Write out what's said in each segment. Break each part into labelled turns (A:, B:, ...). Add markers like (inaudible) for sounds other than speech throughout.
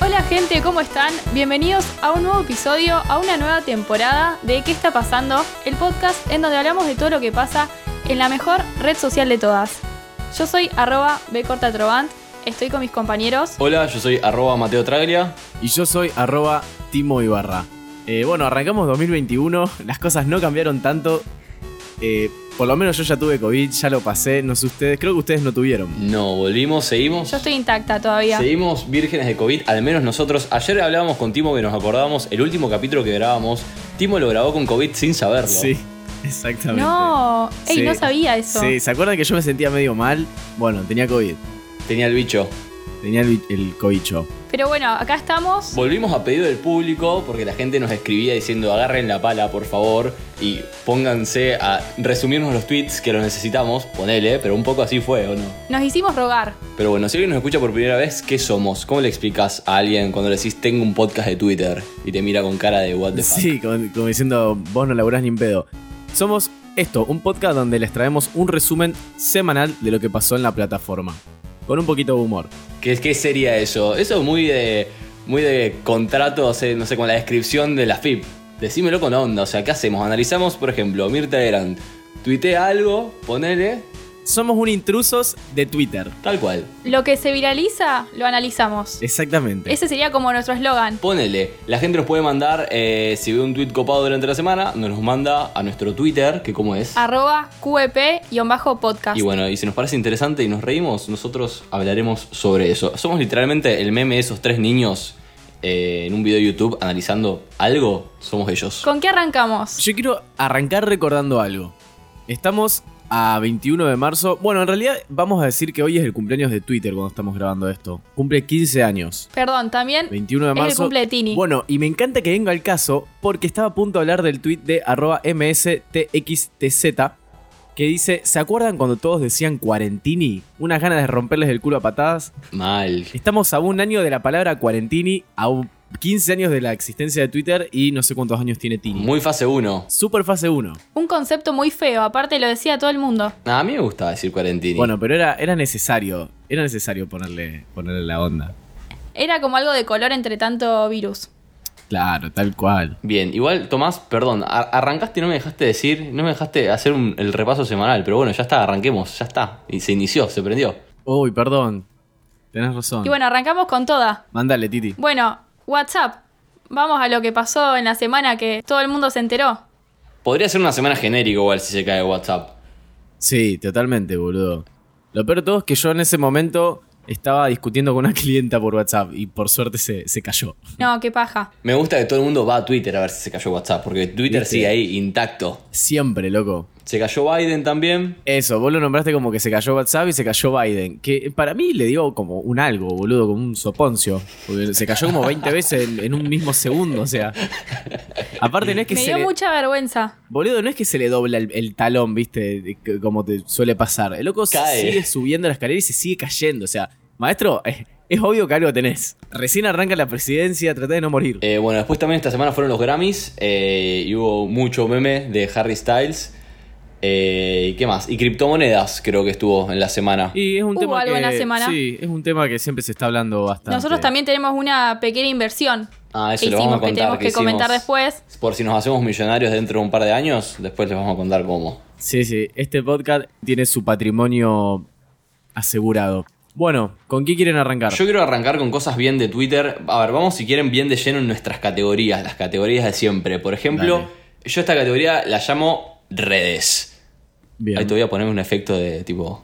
A: Hola gente, ¿cómo están? Bienvenidos a un nuevo episodio, a una nueva temporada de ¿Qué está pasando? El podcast en donde hablamos de todo lo que pasa en la mejor red social de todas. Yo soy arroba bcortatrovant, estoy con mis compañeros.
B: Hola, yo soy arroba Mateo Traglia.
C: Y yo soy arroba Timo Ibarra. Eh, bueno, arrancamos 2021, (laughs) las cosas no cambiaron tanto. Eh, por lo menos yo ya tuve COVID, ya lo pasé, no sé ustedes, creo que ustedes no tuvieron.
B: No, volvimos, seguimos.
A: Yo estoy intacta todavía.
B: Seguimos vírgenes de COVID, al menos nosotros. Ayer hablábamos con Timo que nos acordábamos el último capítulo que grabamos. Timo lo grabó con COVID sin saberlo.
C: Sí, (laughs) exactamente.
A: No, ey,
C: Sí.
A: no sabía eso.
C: Sí, ¿se acuerdan que yo me sentía medio mal? Bueno, tenía COVID,
B: Tenía el bicho.
C: tenía el, el cobicho.
A: Pero bueno, acá estamos.
B: Volvimos a pedido del público porque la gente nos escribía diciendo agarren la pala, por favor, y pónganse a resumirnos los tweets que los necesitamos, ponele, pero un poco así fue, ¿o no?
A: Nos hicimos rogar.
B: Pero bueno, si alguien nos escucha por primera vez, ¿qué somos? ¿Cómo le explicas a alguien cuando le decís tengo un podcast de Twitter y te mira con cara de what the fuck?
C: Sí, como, como diciendo, vos no laburás ni en pedo. Somos esto, un podcast donde les traemos un resumen semanal de lo que pasó en la plataforma. Con un poquito de humor.
B: ¿Qué, qué sería eso? Eso es muy de, muy de contrato, o sea, no sé, con la descripción de la FIP. Decímelo con onda, o sea, ¿qué hacemos? Analizamos, por ejemplo, Mirta Legrand. Tuitea algo, ponele,
C: Somos un intrusos de Twitter.
B: tal cual.
A: Lo que se viraliza, lo analizamos.
C: Exactamente.
A: Ese sería como nuestro eslogan.
B: Ponele, la gente nos puede mandar, eh, si ve un tweet copado durante la semana, nos los manda a nuestro Twitter, que cómo es.
A: Arroba E QEP-podcast.
B: Y bueno, y si nos parece interesante y nos reímos, nosotros hablaremos sobre eso. Somos literalmente el meme de esos tres niños eh, en un video de YouTube analizando algo, somos ellos.
A: ¿Con qué arrancamos?
C: Yo quiero arrancar recordando algo. Estamos a 21 de marzo. Bueno, en realidad vamos a decir que hoy es el cumpleaños de Twitter cuando estamos grabando esto. Cumple 15 años.
A: Perdón, también
C: 21 de
A: es el
C: marzo.
A: cumple de Tini.
C: Bueno, y me encanta que venga al caso porque estaba a punto de hablar del tweet de arroba mstxtz que dice, ¿se acuerdan cuando todos decían cuarentini? Unas ganas de romperles el culo a patadas.
B: Mal.
C: Estamos a un año de la palabra cuarentini, a un- 15 años de la existencia de Twitter y no sé cuántos años tiene Tini.
B: Muy fase 1.
C: Super fase 1.
A: Un concepto muy feo, aparte lo decía todo el mundo.
B: Ah, a mí me gusta decir cuarentini.
C: Bueno, pero era, era necesario. Era necesario ponerle, ponerle la onda.
A: Era como algo de color entre tanto virus.
C: Claro, tal cual.
B: Bien, igual, Tomás, perdón, ar- arrancaste y no me dejaste decir, no me dejaste hacer un- el repaso semanal, pero bueno, ya está, arranquemos, ya está. Y se inició, se prendió.
C: Uy, perdón. Tenés razón.
A: Y bueno, arrancamos con toda.
C: Mándale, Titi.
A: Bueno, WhatsApp. Vamos a lo que pasó en la semana que todo el mundo se enteró.
B: Podría ser una semana genérico igual si se cae WhatsApp.
C: Sí, totalmente, boludo. Lo peor de todo es que yo en ese momento estaba discutiendo con una (laughs) clienta por WhatsApp y por suerte se, se cayó.
A: No, qué paja.
B: Me gusta que todo el mundo va a Twitter a ver si se cayó WhatsApp, porque Twitter
C: ¿Viste?
B: sigue ahí, intacto.
C: Siempre, loco.
B: Se cayó Biden también.
C: Eso, vos lo nombraste como que se cayó WhatsApp y se cayó Biden. Que para mí le dio como un algo, boludo, como un soponcio. Porque se cayó como 20 veces en, en un mismo segundo, o sea. Aparte, no es (laughs) que
A: Me
C: se.
A: dio
C: le-
A: mucha vergüenza.
C: Boludo, no es que se le dobla el, el talón, viste, de- c- como te suele pasar. El loco
B: Cae.
C: sigue subiendo la escalera y se sigue cayendo. O sea, maestro, es, es obvio que algo tenés. Recién arranca la presidencia, trata de no morir.
B: Eh, bueno, después también esta semana fueron los Grammys eh, y hubo mucho meme de Harry Styles. Eh, ¿Y qué más? Y criptomonedas creo que estuvo en la semana.
C: y es un
A: Hubo
C: tema
A: algo
C: que,
A: en la semana.
C: Sí, es un tema que siempre se está hablando bastante.
A: Nosotros también tenemos una pequeña inversión
B: Ah, eso
A: que
B: lo
A: hicimos,
B: vamos a contar.
A: que tenemos que,
B: hicimos.
A: comentar después.
B: Por si nos hacemos millonarios dentro de un par de años, después les vamos a contar cómo.
C: Sí, sí, este podcast tiene su patrimonio asegurado. Bueno, ¿con qué quieren arrancar?
B: Yo quiero arrancar con cosas bien de Twitter. A ver, vamos si quieren bien de lleno en nuestras categorías, las categorías de siempre. Por ejemplo,
C: Dale.
B: yo esta categoría la llamo redes.
C: Bien.
B: Ahí te voy a poner un efecto de tipo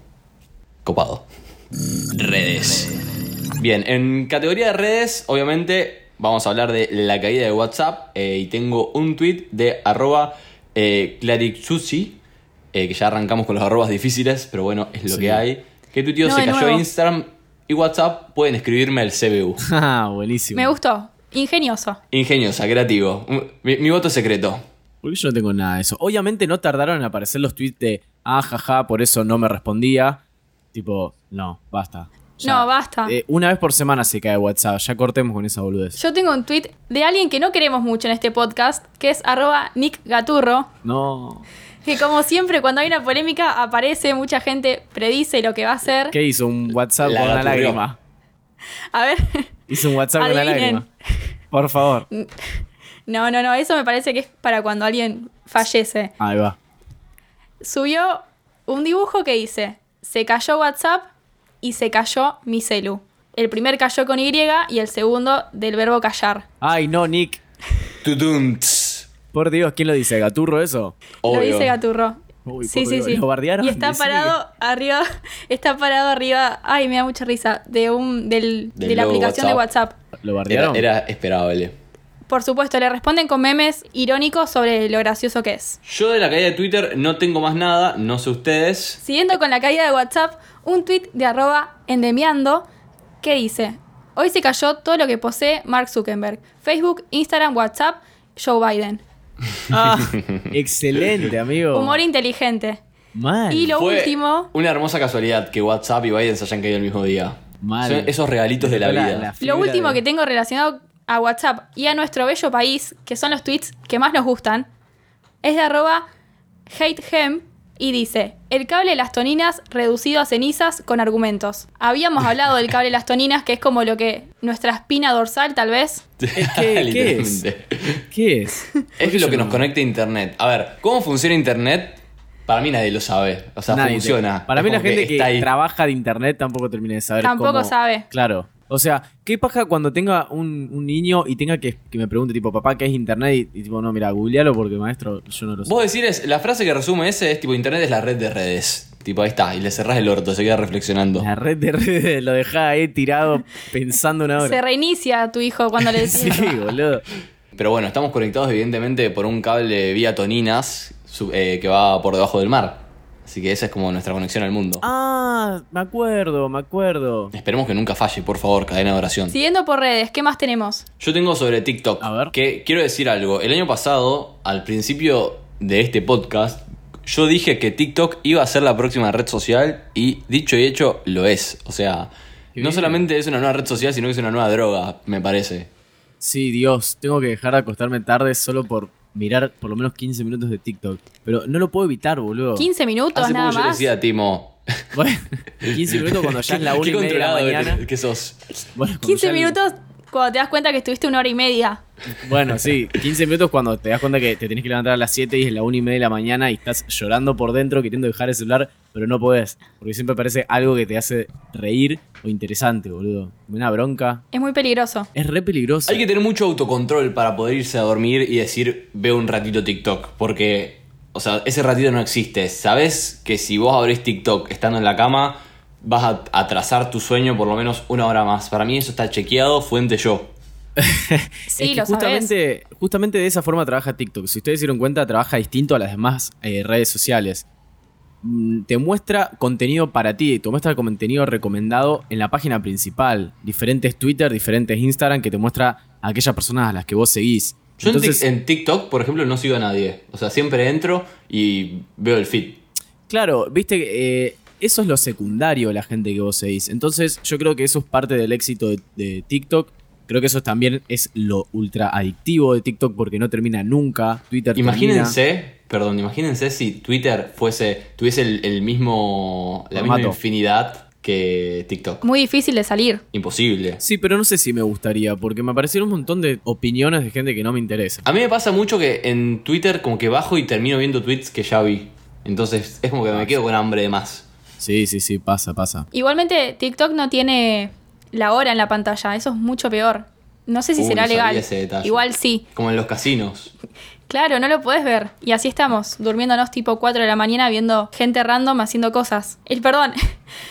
B: copado. Redes. Bien, en categoría de redes, obviamente vamos a hablar de la caída de WhatsApp eh, y tengo un tweet de arroba eh, Clarixuzzi, eh, que ya arrancamos con los arrobas difíciles, pero bueno, es lo
C: Sí.
B: que hay. Que tuiteó,
A: No,
B: se
A: de
B: cayó
A: nuevo.
B: Instagram y WhatsApp, pueden escribirme al CBU.
C: (laughs) Ah, buenísimo.
A: Me gustó. Ingenioso.
B: Ingeniosa, creativo. Mi, mi voto es secreto.
C: Porque yo no tengo nada de eso. Obviamente no tardaron en aparecer los tweets de, ah, jaja, por eso no me respondía. Tipo, no, basta. Ya.
A: No, basta.
C: Eh, una vez por semana se cae WhatsApp, ya cortemos con esa boludez.
A: Yo tengo un tweet de alguien que no queremos mucho en este podcast, que es arroba Nick Gaturro,
C: No.
A: que como siempre cuando hay una polémica aparece, mucha gente predice lo que va a hacer.
C: ¿Qué hizo? Un WhatsApp
B: La
C: con una
B: gaturrió.
C: lágrima.
A: A ver, (laughs)
C: Hizo un WhatsApp con una
A: Adivinen. Mm.
C: lágrima. Por favor.
A: no, no, no, eso me parece que es para cuando alguien fallece.
C: Ahí va.
A: Subió un dibujo que dice, se cayó WhatsApp y se cayó mi celu. El primer cayó con Y y el segundo del verbo callar.
C: Ay, no, Nick.
B: Tudunts.
C: Por Dios, ¿quién lo dice? ¿Gaturro eso?
B: Obvio.
A: Lo dice Gaturro.
C: Uy,
A: sí,
C: por
A: sí,
C: Dios,
A: sí.
C: ¿lo bardearon?
A: Y está
C: Decime
A: parado arriba, (laughs) está parado arriba, ay, me da mucha risa, de un del,
B: Del
A: de la
B: logo
A: aplicación de WhatsApp.
C: ¿Lo
B: Era,
C: bardearon?
B: era esperable.
A: Por supuesto, le responden con memes irónicos sobre lo gracioso que es.
B: Yo de la caída de Twitter no tengo más nada, no sé ustedes.
A: Siguiendo con la caída de WhatsApp, un tweet de arroba endemiando que dice, hoy se cayó todo lo que posee Mark Zuckerberg, Facebook, Instagram, WhatsApp, Joe Biden.
C: Ah, excelente, amigo.
A: Humor inteligente.
C: Mal.
A: Y lo
B: Fue
A: último,
B: Una hermosa casualidad que WhatsApp y Biden se hayan caído el mismo día.
C: Mal.
B: Son esos regalitos de la
C: Fue
B: vida. (laughs)
C: la fibra
A: Lo último
C: de-
A: que tengo relacionado a WhatsApp y a nuestro bello país, que son los tweets que más nos gustan, es de arroba hatehemp y dice, el cable de las toninas reducido a cenizas con argumentos.
C: (laughs)
A: Habíamos hablado del cable de las toninas, que es como lo que nuestra espina dorsal tal vez.
C: Es que- ¿qué es? ¿Qué es?
B: Es lo que nos conecta a internet. A ver, ¿cómo funciona internet? Para mí nadie lo sabe. O sea,
C: Nadie te-
B: funciona.
C: Para
B: Es
C: mí la
B: como
C: gente que,
B: está ahí.
C: trabaja de internet tampoco termina de saber
A: Tampoco
C: cómo-
A: sabe.
C: Claro. O sea, ¿qué pasa cuando tenga un, un niño y tenga que, que me pregunte, tipo, papá, ¿qué es internet? Y, y tipo, no, mira, googlealo porque, maestro, yo no lo sé.
B: Vos decir es, la frase que resume ese es tipo internet es la red de redes. Tipo, ahí está, y le cerrás el orto, se queda reflexionando.
C: La red de redes lo dejaba ahí tirado pensando una
A: Se
C: hora.
A: reinicia tu hijo cuando le decís...
C: (laughs) Sí, boludo.
B: Pero bueno, estamos conectados evidentemente por un cable vía toninas su- eh, que va por debajo del mar. Así que esa es como nuestra conexión al mundo.
C: Ah, me acuerdo, me acuerdo.
B: Esperemos que nunca falle, por favor, cadena de oración.
A: Siguiendo por redes, ¿qué más tenemos?
B: Yo tengo sobre TikTok.
C: A ver.
B: Que quiero decir algo. El año pasado, al principio de este podcast, yo dije que TikTok iba a ser la próxima red social y dicho y hecho lo es. O sea,
C: Qué
B: no
C: bien.
B: solamente es una nueva red social, sino que es una nueva droga, me parece.
C: Sí, Dios, tengo que dejar de acostarme tarde solo por mirar por lo menos 15 minutos de TikTok. Pero no lo puedo evitar, boludo.
A: 15 minutos
B: Hace
A: nada
B: poco yo le
A: más.
B: decía a Timo.
C: Bueno, (laughs) 15 minutos cuando ya es
B: (laughs)
C: la
B: qué
C: 1 y media de la
B: controlado que-
C: mañana.
B: que sos.
C: Bueno, cuando
A: 15
C: ya el-
A: minutos cuando te das cuenta que estuviste una hora y media.
C: Bueno, sí, 15 minutos cuando te das cuenta que te tenés que levantar a las 7 y es la 1 y media de la mañana y estás llorando por dentro, queriendo dejar el celular, pero no podés. Porque siempre aparece algo que te hace reír o interesante, boludo. Una bronca.
A: Es muy peligroso.
C: Es re peligroso.
B: Hay que tener mucho autocontrol para poder irse a dormir y decir, veo un ratito TikTok, porque, o sea, ese ratito no existe. Sabes que si vos abrís TikTok estando en la cama, vas a atrasar tu sueño por lo menos una hora más. Para mí eso está chequeado, fuente yo.
A: Sí,
C: es que
A: lo sabes.
C: justamente, justamente de esa forma trabaja TikTok. Si ustedes se dieron cuenta, trabaja distinto a las demás eh, redes sociales. Mm, Te muestra contenido para ti, te muestra contenido recomendado en la página principal. Diferentes Twitter, diferentes Instagram que te muestra a aquellas personas a las que vos seguís.
B: Yo en
C: Entonces,
B: Tik- en TikTok, por ejemplo, no sigo a nadie. O sea, siempre entro y veo el feed.
C: claro, viste, que, eh, eso es lo secundario, la gente que vos seguís. Entonces, yo creo que eso es parte del éxito de, de TikTok. Creo que eso también es lo ultra adictivo de TikTok porque no termina nunca. Twitter termina.
B: Imagínense, perdón, imagínense si Twitter fuese, tuviese el, el mismo, la misma
C: Formato.
B: infinidad que TikTok.
A: Muy difícil de salir.
B: Imposible.
C: Sí, pero no sé si me gustaría, porque me aparecieron un montón de opiniones de gente que no me interesa.
B: A mí me pasa mucho que en Twitter como que bajo y termino viendo tweets que ya vi. Entonces es como que
C: Ah,
B: me quedo con hambre de más.
C: Sí, sí, sí, pasa, pasa.
A: Igualmente, TikTok no tiene la hora en la pantalla, eso es mucho peor. No sé si
B: Uh,
A: será
B: no sabía
A: legal.
B: ese detalle.
A: Igual sí.
B: Como en los casinos.
A: Claro, no lo puedes ver. Y así estamos, durmiéndonos tipo 4 de la mañana viendo gente random haciendo cosas. El perdón, (laughs)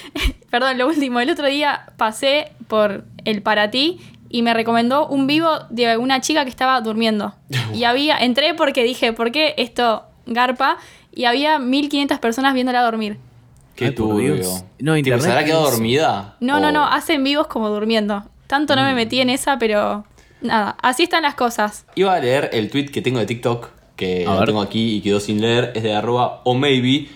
A: perdón, lo último, el otro día pasé por el para ti y me recomendó un vivo de una chica que estaba
B: (laughs)
A: durmiendo. Y había, entré porque dije, ¿por qué esto garpa? Y había 1500 personas viéndola dormir.
B: Qué
C: Ay, por
B: turbio.
C: Dios. No,
B: Tipo,
C: internet
B: ¿Se habrá quedado
C: es-
B: dormida?
A: No,
B: O-
C: Mm.
A: no, no, hacen vivos como durmiendo. Tanto no me metí en esa, pero Nada, así están las
C: (laughs)
A: cosas.
B: Iba a leer el tweet que tengo de TikTok, que
C: A
B: lo
C: ver.
B: tengo aquí y quedó sin leer, es de arroba o maybe,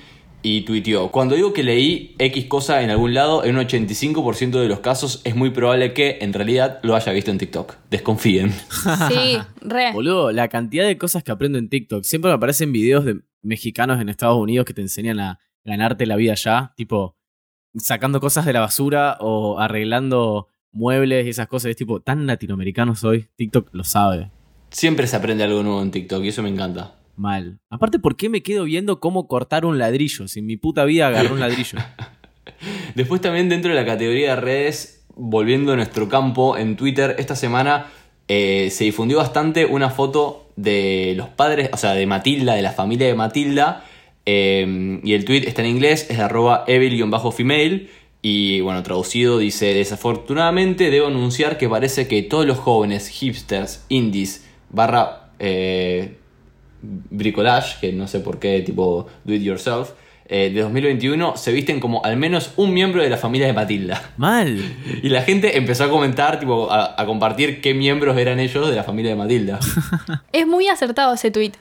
B: y tuiteó, cuando digo que leí X cosa en algún lado, en un 85% de los casos es muy probable que en realidad lo haya visto en TikTok. Desconfíen.
A: Sí, re.
C: Boludo, la cantidad de cosas que aprendo en TikTok. Siempre me aparecen videos de mexicanos en Estados Unidos que te enseñan a ganarte la vida ya, tipo sacando cosas de la basura o arreglando muebles y esas cosas. Es tipo, tan latinoamericano soy, TikTok lo sabe.
B: Siempre se aprende algo nuevo en TikTok y eso me encanta.
C: Mal. Aparte, ¿por qué me quedo viendo cómo cortar un ladrillo? Si en mi puta vida agarré un ladrillo.
B: Después también dentro de la categoría de redes, volviendo a nuestro campo en Twitter, esta semana eh, se difundió bastante una foto de los padres, o sea, de Matilda, de la familia de Matilda, eh, y el tweet está en inglés, es de arroba evil-female, y bueno, traducido dice, desafortunadamente debo anunciar que parece que todos los jóvenes hipsters, indies, barra... eh, bricolage, que no sé por qué, tipo do it yourself, eh, de 2021 se visten como al menos un miembro de la familia de Matilda. (laughs)
C: Mal.
B: Y la gente empezó a comentar, tipo, a, a compartir qué miembros eran ellos de la familia de Matilda.
A: Es muy acertado ese tweet.
B: es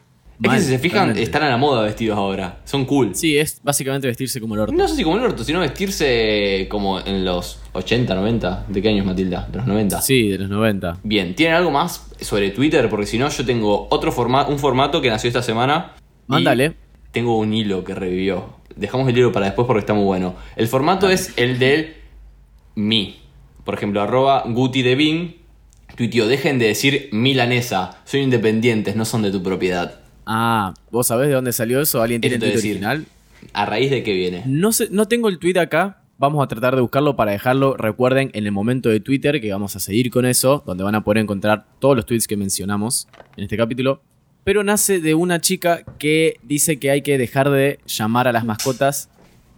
B: que
C: Mal,
B: si se fijan,
C: realmente.
B: están a la moda vestidos ahora. Son cool.
C: Sí, es básicamente vestirse como el orto.
B: No sé si como el orto, sino vestirse como en los 80, 90. ¿De qué años Matilda? De los 90.
C: Sí, de los 90.
B: Bien, ¿tienen algo más sobre Twitter? Porque si no, yo tengo otro forma un formato que nació esta semana. y
C: Mándale.
B: Tengo un hilo que revivió. Dejamos el hilo para después porque está muy bueno. El formato es el del mi. Por ejemplo, arroba Guti de Bing. Tuiteo, dejen de decir milanesa. Son independientes, no son de tu propiedad.
C: Ah, ¿vos sabés de dónde salió eso? ¿Alguien tiene el
B: Eso te
C: tweet
B: iba a
C: original?
B: ¿A raíz de qué viene?
C: No, sé, no tengo el tweet acá. Vamos a tratar de buscarlo para dejarlo, recuerden, en el momento de Twitter, que vamos a seguir con eso, donde van a poder encontrar todos los tweets que mencionamos en este capítulo. Pero nace de una chica que dice que hay que dejar de llamar a las mascotas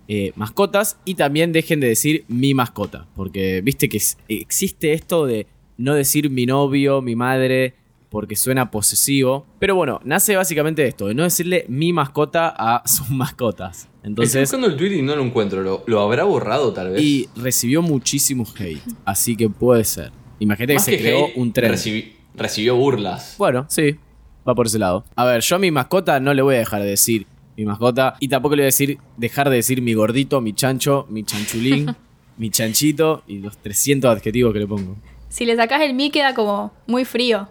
C: eh, mascotas y también dejen de decir mi mascota. Porque viste que es- existe esto de no decir mi novio, mi madre, porque suena posesivo. Pero bueno, nace básicamente de esto, de no decirle mi mascota a (laughs) sus mascotas.
B: Estoy
C: Entonces,
B: buscando el tweet y no lo encuentro. ¿Lo, lo habrá borrado tal vez?
C: y recibió muchísimo hate, así que puede ser. Imagínate que
B: Más
C: se creó
B: hate,
C: un tren.
B: recibi- recibió burlas.
C: Bueno, sí, va por ese lado. A ver, yo a mi mascota no le voy a dejar de decir mi mascota y tampoco le voy a decir dejar de decir mi gordito, mi chancho,
B: (laughs)
C: mi chanchulín, mi chanchito y los 300 adjetivos que le pongo.
A: Si le sacás el mi queda como muy frío.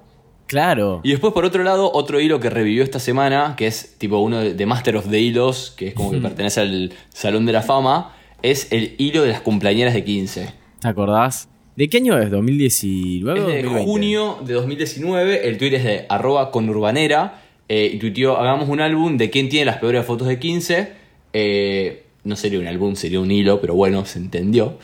C: Claro.
B: Y después, por otro lado, otro hilo que revivió esta semana, que es tipo uno de, de Master of the Hilos, que es como que pertenece al Salón de la Fama, es el hilo de las cumpleañeras de 15.
C: ¿Te acordás? ¿De qué año es? ¿2019
B: Es
C: o
B: de
C: 2020?
B: junio de 2019, el tweet es de arroba conurbanera, eh, y tuiteó, hagamos un álbum de quién tiene las peores fotos de 15. Eh, no sería un álbum, sería un hilo, pero bueno, se entendió.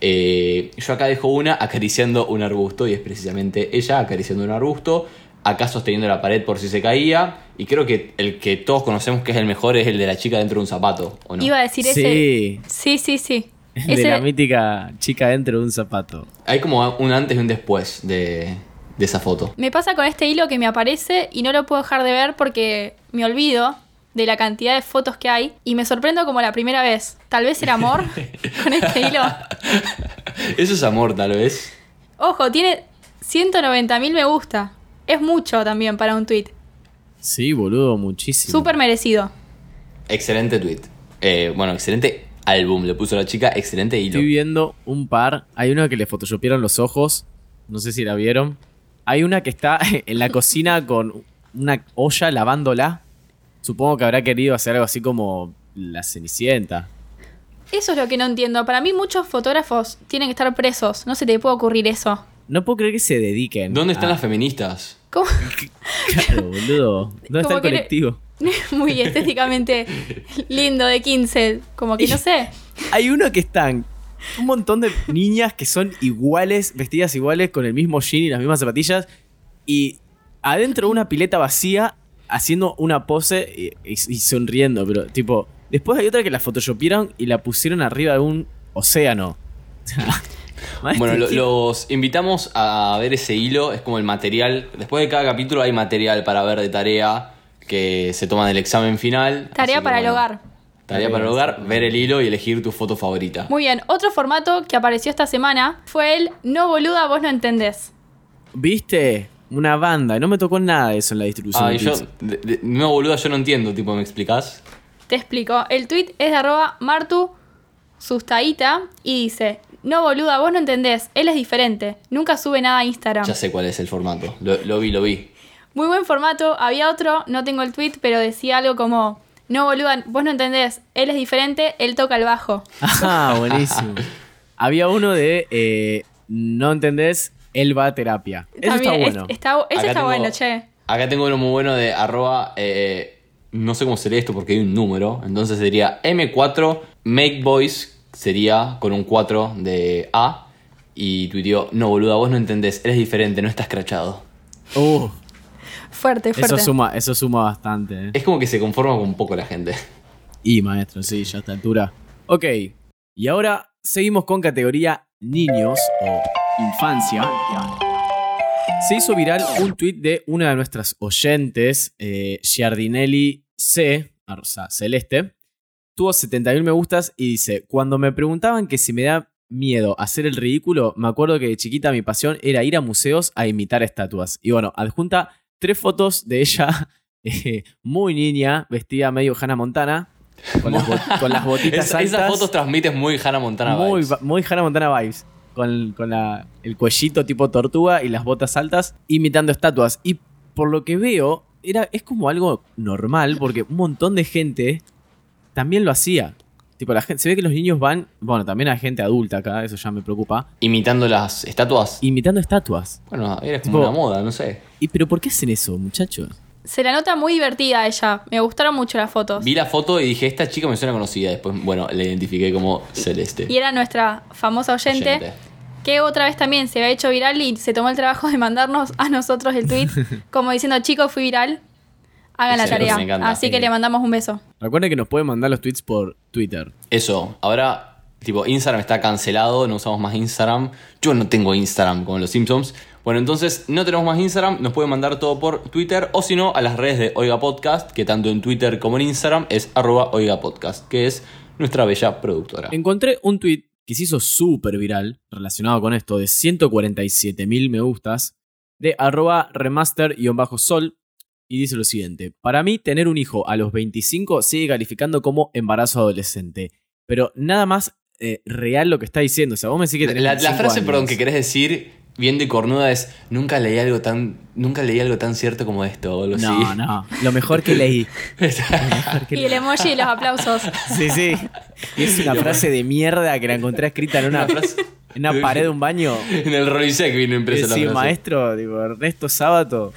B: Eh, yo acá dejo una acariciando un arbusto y es precisamente ella acariciando un arbusto, acá sosteniendo la pared por si se caía y creo que el que todos conocemos que es el mejor es el de la chica dentro de un zapato, ¿o no?
A: Iba a decir ese.
C: Sí,
A: Sí, sí, sí.
C: (laughs) (laughs) de
A: Ese-
C: la mítica chica dentro de un zapato.
B: Hay como un antes y un después de, de esa foto.
A: Me pasa con este hilo que me aparece y no lo puedo dejar de ver porque me olvido de la cantidad de fotos que hay y me sorprendo como la primera vez. Tal vez el
C: (laughs)
A: amor con este hilo.
B: Eso es amor tal vez.
A: Ojo, tiene 190.000 me gusta. Es mucho también para un tweet.
C: Sí, boludo, muchísimo.
A: Súper merecido.
B: Excelente tweet. Eh, bueno, excelente álbum, le puso la chica, excelente hilo.
C: Estoy viendo un par. Hay una que le photoshopearon los ojos. No sé si la vieron. Hay una que está (laughs) en la cocina con una olla lavándola. Supongo que habrá querido hacer algo así como la Cenicienta.
A: Eso es lo que no entiendo. Para mí muchos fotógrafos tienen que estar presos. No se te puede ocurrir eso. (laughs)
C: No puedo creer que se dediquen.
B: ¿Dónde están
C: a-
B: las feministas?
A: ¿Cómo?
C: (laughs) Claro, boludo. ¿Dónde está
A: Como
C: el
A: que le-
C: colectivo?
B: (laughs)
A: Muy estéticamente lindo de 15. Como que no sé.
C: Hay uno que están un montón de niñas que son iguales, vestidas iguales, con el mismo jean y las mismas zapatillas, y adentro una pileta vacía, haciendo una pose y, y- y sonriendo, pero tipo, después hay otra que la photoshopearon y la pusieron arriba de un océano.
B: (laughs)
C: Maestro,
B: Bueno, lo-
C: ¿qué-
B: los invitamos a ver ese hilo, es como el material. Después de cada capítulo hay material para ver de tarea que se toma del examen final.
A: Tarea
B: Así que,
A: para el
B: bueno,
A: hogar.
B: Tarea para el hogar, ver el hilo y elegir tu foto favorita.
A: Muy bien, otro formato que apareció esta semana fue el No boluda, vos no entendés.
C: ¿Viste? Una banda. No me tocó nada de eso en la distribución.
B: Ay,
C: de
B: Ah, yo.
C: pizza.
B: de- de- no, boluda, yo no entiendo, tipo, ¿me explicás?
A: Te explico. El tweet es de arroba Martu Sustaita y dice: No, boluda, vos no entendés. Él es diferente. Nunca sube nada a Instagram.
B: Ya sé cuál es el formato. Lo, lo vi, lo vi.
A: Muy buen formato. Había otro, no tengo el tweet, pero decía algo como: No, boluda, vos no entendés. Él es diferente, él toca el bajo.
B: (laughs)
C: Ah, buenísimo. Había uno de. eh, no entendés, él va a terapia. Eso está
A: También es-
C: bueno.
A: está- eso
B: Acá
A: está
B: tengo-
A: bueno, che.
B: Acá tengo uno muy bueno de arroba. eh, no sé cómo sería esto porque hay un número. Entonces sería M4, Make Boys sería con un 4 de A. Y tuiteó, no, boluda, vos no entendés, eres diferente, no estás crachado.
C: Uh,
A: Fuerte, fuerte.
C: eso suma, eso suma bastante. eh.
B: Es como que se conforma con un poco la gente.
C: Y maestro, sí, ya a esta altura. Ok. Y ahora seguimos con categoría niños o infancia. Se hizo viral un tweet de una de nuestras oyentes, eh, Giardinelli C, o sea, Celeste. Tuvo 71 me gustas y dice, cuando me preguntaban que si me da miedo hacer el ridículo, me acuerdo que de chiquita mi pasión era ir a museos a imitar estatuas. Y bueno, adjunta tres fotos de ella (laughs) eh, muy niña, vestida medio Hannah Montana, con las, bo- con
B: (laughs)
C: las botitas
B: Es- esas
C: altas.
B: fotos transmites muy Hannah Montana.
C: Muy,
B: vibes.
C: ba- muy Hannah Montana vibes. Con, con la- el cuellito tipo tortuga y las botas altas, imitando estatuas. Y por lo que veo, era, es como algo normal, porque un montón de gente también lo hacía. Tipo, la gente, se ve que los niños van, bueno, también hay gente adulta acá, eso ya me preocupa,
B: Imitando las estatuas.
C: imitando estatuas.
B: Bueno, era
C: Tipo-
B: como una moda, no sé.
C: ¿Y pero por qué hacen eso, muchachos?
A: Se la nota muy divertida a ella. Me gustaron mucho las fotos.
B: Vi la foto y dije, esta chica me suena conocida. Después, bueno, la identifiqué como Celeste.
A: Y era nuestra famosa oyente,
B: Oyente.
A: que otra vez también se había hecho viral y se tomó el trabajo de mandarnos a nosotros el
B: (laughs)
A: tweet, como diciendo, chicos, fui viral, hagan la
B: Excelente,
A: tarea.
B: me encanta.
A: Así que le mandamos un
B: (laughs)
A: beso.
C: Recuerden que nos pueden mandar los tweets por Twitter.
B: Eso, ahora, tipo, Instagram está cancelado, no usamos más Instagram. Yo no tengo Instagram como los Simpsons. Bueno, entonces no tenemos más Instagram, nos pueden mandar todo por Twitter o si no a las redes de Oiga Podcast, que tanto en Twitter como en Instagram es arroba Oiga Podcast, que es nuestra bella productora.
C: Encontré un tweet que se hizo súper viral relacionado con esto, de 147.000 me gustas, de arroba remaster-sol, y dice lo siguiente, para mí tener un hijo a los 25 sigue calificando como embarazo adolescente, pero nada más eh, real lo que está diciendo, o sea, vos me decís que tenés
B: La, la
C: 25
B: frase,
C: años.
B: perdón, que querés decir, bien de cornuda, es nunca leí algo tan, nunca leí algo tan cierto como esto, o algo
C: No,
B: así.
C: no, lo mejor que leí. Lo mejor que
A: Y el
C: leí.
A: emoji y los aplausos.
C: Sí, sí. Y es una frase de mierda que la encontré escrita en
B: (laughs)
C: una,
B: Una frase-
C: (laughs) en una pared de un baño.
B: En el Rolisec vino impresa la
C: Sí,
B: frase.
C: maestro, digo, Ernesto Sábato.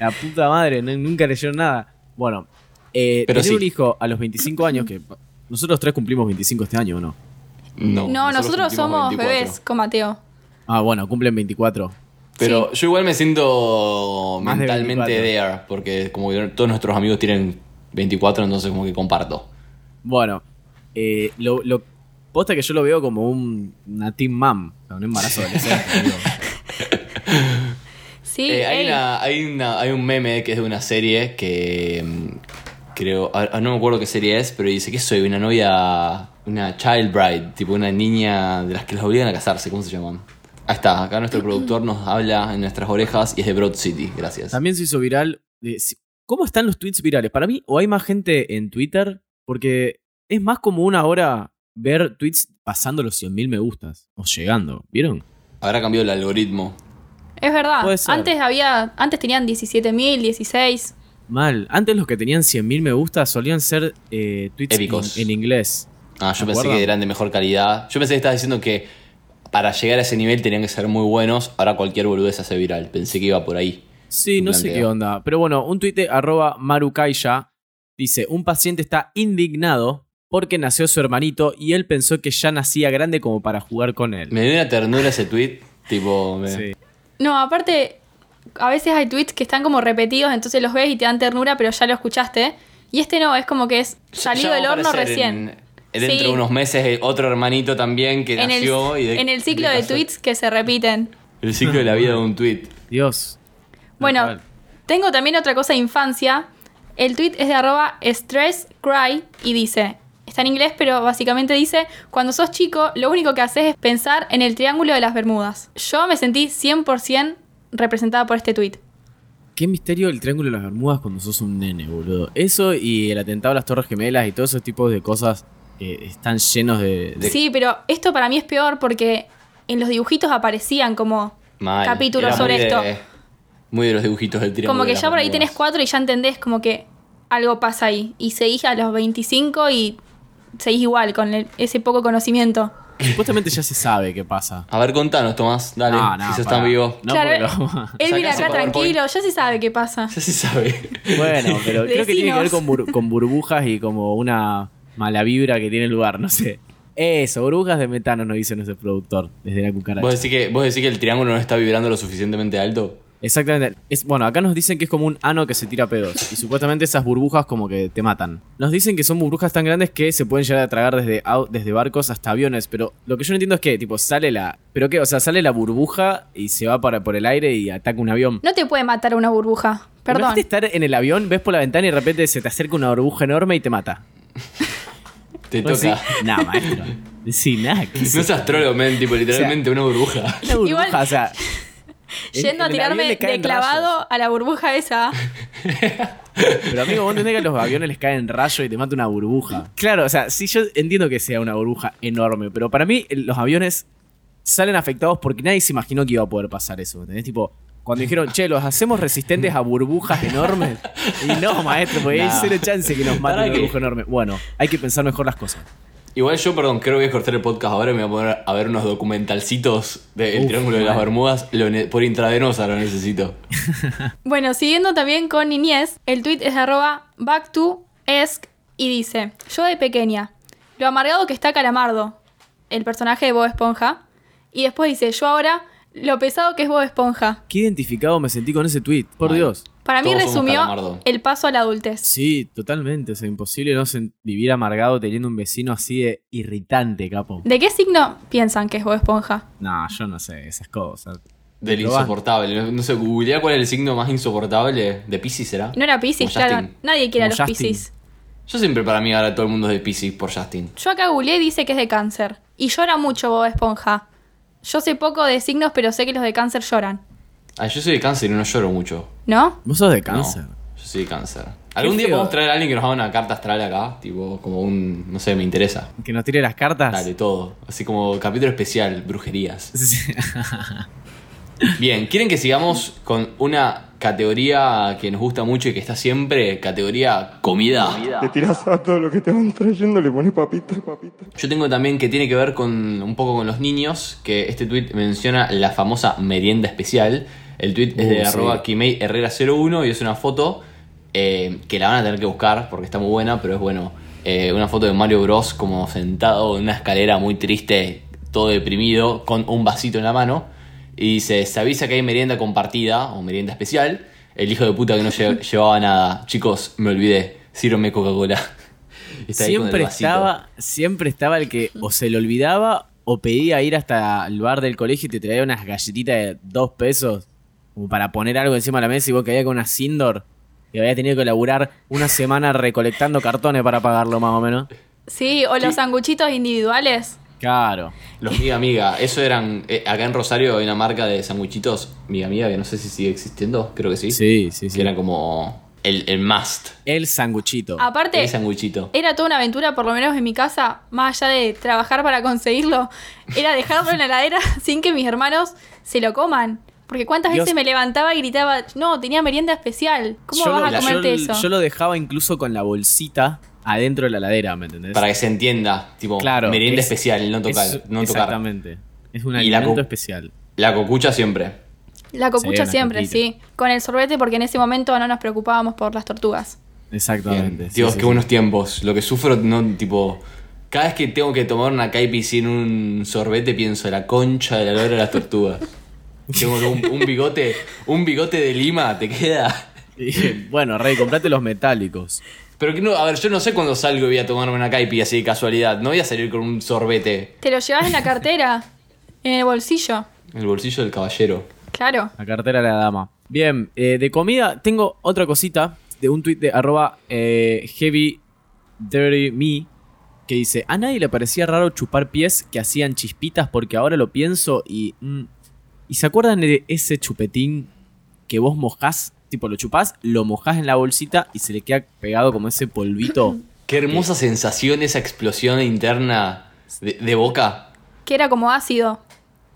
C: La puta madre, no- nunca leyeron nada. Bueno, eh,
B: Pero
C: tener
B: sí.
C: un hijo a los 25 años, que nosotros tres cumplimos 25 este año, ¿o no?
B: (laughs) No,
A: No, nosotros
B: cumplimos
A: somos
B: 24.
A: bebés con Mateo.
C: Ah, bueno, cumplen 24.
B: Pero yo igual me siento
C: Más de
B: mentalmente
C: 24.
B: there, porque como que todos nuestros amigos tienen 24, entonces como que comparto.
C: Bueno, eh, lo, lo- posta que yo lo veo como un, una teen mom, o sea, un
B: (laughs)
C: embarazo adolescente. digo.
A: Sí,
B: Eh, hay,
A: ey,
B: una- hay, una- hay un meme que es de una serie que mm, creo, ah, ah, no me acuerdo qué serie es, pero dice que soy una novia, una child bride, tipo una niña de las que los obligan a casarse, ¿cómo se llaman? Ahí está, acá nuestro productor nos habla en nuestras orejas y es de Broad City, gracias.
C: También se hizo viral. de- si- ¿Cómo están los tweets virales? Para mí, o hay más gente en Twitter, porque es más común ahora ver tweets pasando los 100.000 me gustas, o llegando, ¿vieron?
B: Habrá cambiado el algoritmo.
A: es verdad.
C: Puede ser.
A: Antes había, antes tenían 17.000, 16.
C: Mal. Antes los que tenían 100.000 me gusta solían ser eh, tweets
B: Épicos.
C: en, en inglés.
B: Ah, yo
C: ¿Me
B: pensé
C: acuerdan?
B: que eran de mejor calidad. Yo pensé que estabas diciendo que para llegar a ese nivel tenían que ser muy buenos. Ahora cualquier boludez se hace viral. Pensé que iba por ahí.
C: Sí, no sé
B: Blanquea.
C: qué onda. Pero bueno, un tuit de arroba marukaisha dice, un paciente está indignado porque nació su hermanito y él pensó que ya nacía grande como para jugar con él.
B: Me dio una ternura ese tweet. Tipo, me-
C: Sí.
A: No, aparte, a veces hay tweets que están como repetidos, entonces los ves y te dan ternura, pero ya lo escuchaste. Y este no, es como que es
B: Ya-
A: salido
B: ya va
A: del
B: a
A: horno
B: aparecer
A: recién.
B: en- dentro
A: Sí.
B: de unos meses eh, otro hermanito también que
A: en el,
B: nació. y de-
A: en el ciclo de,
B: casual-
A: tweets que se repiten.
B: El ciclo de la vida de un tweet.
C: Dios.
A: Bueno,
C: Tal cual.
A: tengo también otra cosa de infancia. El tweet es de arroba stresscry y dice, está en inglés, pero básicamente dice, cuando sos chico, lo único que haces es pensar en el triángulo de las Bermudas. Yo me sentí 100% representada por este tweet.
C: Qué misterio el Triángulo de las Bermudas cuando sos un nene, boludo. Eso y el atentado a las Torres Gemelas y todos esos tipos de cosas eh, están llenos de... de-
A: Sí, pero esto para mí es peor porque en los dibujitos aparecían como
B: Mal.
A: capítulos
B: Era
A: sobre
B: muy de-
A: esto.
B: Muy de los dibujitos del triángulo.
A: Como
B: de
A: que
B: las
A: ya por ahí
B: Bermudas.
A: tenés cuatro y ya entendés como que algo pasa ahí. Y seguís a los 25 y seguís igual con el- ese poco conocimiento.
C: Supuestamente ya se sabe qué pasa.
B: A ver, contanos, Tomás, dale.
C: No, no,
B: si se
C: pará.
B: están (laughs) vivos.
C: No,
A: Claro,
C: porque lo vamos a- (laughs)
A: Él viene
B: Sacás
A: acá
B: el PowerPoint.
A: tranquilo, ya se sabe qué pasa.
B: Ya se sabe.
C: Bueno, pero creo que tiene que ver
A: Decinos.
C: con, bur- con burbujas y como una mala vibra que tiene el lugar, no sé. Eso, burbujas de metano nos dice nuestro productor desde la cucaracha.
B: ¿Vos decís, que, ¿Vos decís que el triángulo no está vibrando lo suficientemente alto?
C: Exactamente. Es, bueno, acá nos dicen que es como un ano que se tira pedos. Y supuestamente esas burbujas como que te matan. Nos dicen que son burbujas tan grandes que se pueden llegar a tragar desde, au- desde barcos hasta aviones. Pero lo que yo no entiendo es que, tipo, sale la. ¿Pero qué? O sea, sale la burbuja y se va para, por el aire y ataca un avión.
A: No te puede matar una
C: (laughs)
A: burbuja. Perdón.
C: Imagínate estar en el avión, ves por la ventana y de repente se te acerca una burbuja enorme y te mata.
B: Te
C: Vos
B: toca. (laughs)
C: decís, (laughs) nah, maestro. Sí, nada. ¿qué es
B: No es astrólogo, men, tipo, literalmente una burbuja.
C: una
A: (laughs)
C: burbuja?
A: Igual-
C: o sea. en- en
A: (laughs) Yendo a
C: el avión le
A: tirarme de
C: caen
A: clavado
C: rayos.
A: a la burbuja esa.
C: Pero amigo, vos entendés que a los aviones les caen rayos y te mata una burbuja. Claro, o sea, sí, yo entiendo que sea una burbuja enorme, pero para mí eh, los aviones salen afectados porque nadie se imaginó que iba a poder pasar eso, ¿entendés? Tipo, cuando dijeron, che, los hacemos resistentes a burbujas enormes. Y no, maestro, porque hay
B: Nah.
C: cero chance que nos mate
B: ¿Para
C: una
B: qué?
C: burbuja enorme. Bueno, hay que pensar mejor las cosas.
B: Igual yo, perdón, creo que voy a cortar el podcast ahora y me voy a poner a ver unos documentalcitos del
C: Uf,
B: Triángulo de las
C: mal.
B: Bermudas. Lo ne- por intravenosa lo necesito.
A: Bueno, siguiendo también con Niñez, el tweet es de arroba back to esc y dice, yo de pequeña, lo amargado que está Calamardo, el personaje de Bob Esponja, y después dice, yo ahora, lo pesado que es Bob Esponja.
C: Qué identificado me sentí con ese tweet, por
B: Mal.
C: Dios.
A: Para mí
B: Todos somos
A: resumió
B: Calamardo.
A: el paso a la adultez.
C: Sí, totalmente. Es imposible no sen- vivir amargado teniendo un vecino así de irritante, capo.
A: ¿De qué signo piensan que es Bob Esponja?
C: No, yo no sé esas cosas.
B: Del
C: Lo vas-
B: insoportable. No- No sé, googleá cuál es el signo más insoportable. ¿De Pisces será?
A: No era Pisces,
B: Como
A: claro.
B: Justin.
A: Nadie quiere a
C: Como
A: los
C: Justin.
A: Pisces.
B: Yo siempre para mí ahora todo el mundo es de Pisces por Justin.
A: Yo acá googleé y dice que es de cáncer. Y llora mucho Bob Esponja. Yo sé poco de signos, pero sé que los de cáncer lloran.
B: Ah, yo soy de cáncer y no lloro mucho.
A: ¿No?
C: Vos sos de cáncer.
B: No, yo soy de cáncer. Algún día
C: feo.
B: podemos traer a alguien que nos haga una carta astral acá, tipo como un, no sé, me interesa.
C: Que nos tire las cartas.
B: Dale, todo. Así como capítulo especial, brujerías.
C: (laughs) Sí.
B: Bien, ¿quieren que sigamos con una categoría que nos gusta mucho y que está siempre? Categoría comida.
D: Te tiras a todo lo que te van trayendo, le pones papita, papita.
B: Yo tengo también que tiene que ver con un poco con los niños, que este tweet menciona la famosa merienda especial. El tweet es de
C: Uh, sí.
B: arroba Kimei Herrera 01 y es una foto eh, que la van a tener que buscar porque está muy buena, pero es bueno. eh, una foto de Mario Bros como sentado en una escalera muy triste, todo deprimido, con un vasito en la mano. Y dice, se avisa que hay merienda compartida o merienda especial. El hijo de puta que no lle- (laughs) llevaba nada. Chicos, me olvidé. Sírome Coca-Cola. (laughs) Está ahí con el
C: Siempre
B: vasito.
C: estaba, siempre estaba el que o se le olvidaba o pedía ir hasta el bar del colegio y te traía unas galletitas de dos pesos como para poner algo encima de la mesa y vos caías con una Sindor y había tenido que laburar una semana recolectando cartones para pagarlo más o menos.
A: Sí, o los sanguchitos individuales.
C: Claro.
B: Los Miga Miga, eso eran. eh, acá en Rosario hay una marca de sanguchitos Miga Miga que no sé si sigue existiendo, creo que sí.
C: Sí, sí, sí.
B: Que era como el, el must.
C: El sanguchito.
A: Aparte,
B: El sanguchito.
A: era toda una aventura, por lo menos en mi casa, más allá de trabajar para conseguirlo, era dejarlo en la heladera (laughs) sin que mis hermanos se lo coman. Porque cuántas
C: Dios.
A: veces me levantaba y gritaba, no, tenía merienda especial. ¿Cómo vas
C: lo,
A: a comerte
C: yo-
A: eso?
C: yo lo dejaba incluso con la bolsita adentro de la ladera, ¿me entendés?
B: Para que se entienda, tipo,
C: Claro.
B: merienda
C: es-
B: especial, no tocar.
C: es-
B: no tocar.
C: Exactamente. Es un
B: Y la
C: alimento
B: co-
C: especial.
B: La cocucha siempre.
A: La cocucha
C: Sí, la
A: siempre,
C: coquita.
A: sí. Con el sorbete, porque en ese momento no nos preocupábamos por las tortugas.
C: Exactamente.
B: Bien.
C: sí,
B: Dios,
C: sí,
B: qué
C: sí.
B: buenos tiempos. Lo que sufro, no, tipo. Cada vez que tengo que tomar una caipi sin un sorbete, pienso la concha de la lora de las
C: (laughs)
B: tortugas. tengo un, un bigote, un bigote de lima, te queda.
C: (laughs) Y, bueno, Rey, comprate los metálicos.
B: Pero que no, a ver, yo no sé cuándo salgo y voy a tomarme una caipi así de casualidad. No voy a salir con un sorbete
A: Te lo llevas en la cartera, en el bolsillo.
B: en el bolsillo del caballero.
A: Claro.
C: La cartera de la dama. Bien, eh, de comida tengo otra cosita de un tuit de arroba eh, heavy dirty me que dice, a nadie le parecía raro chupar pies que hacían chispitas porque ahora lo pienso y... mm, ¿Y se acuerdan de ese chupetín que vos mojás? Tipo, lo chupás, lo mojás en la bolsita y se le queda pegado como ese
B: (coughs)
C: polvito.
B: Qué hermosa sensación esa explosión interna de, de boca.
A: Que era como ácido.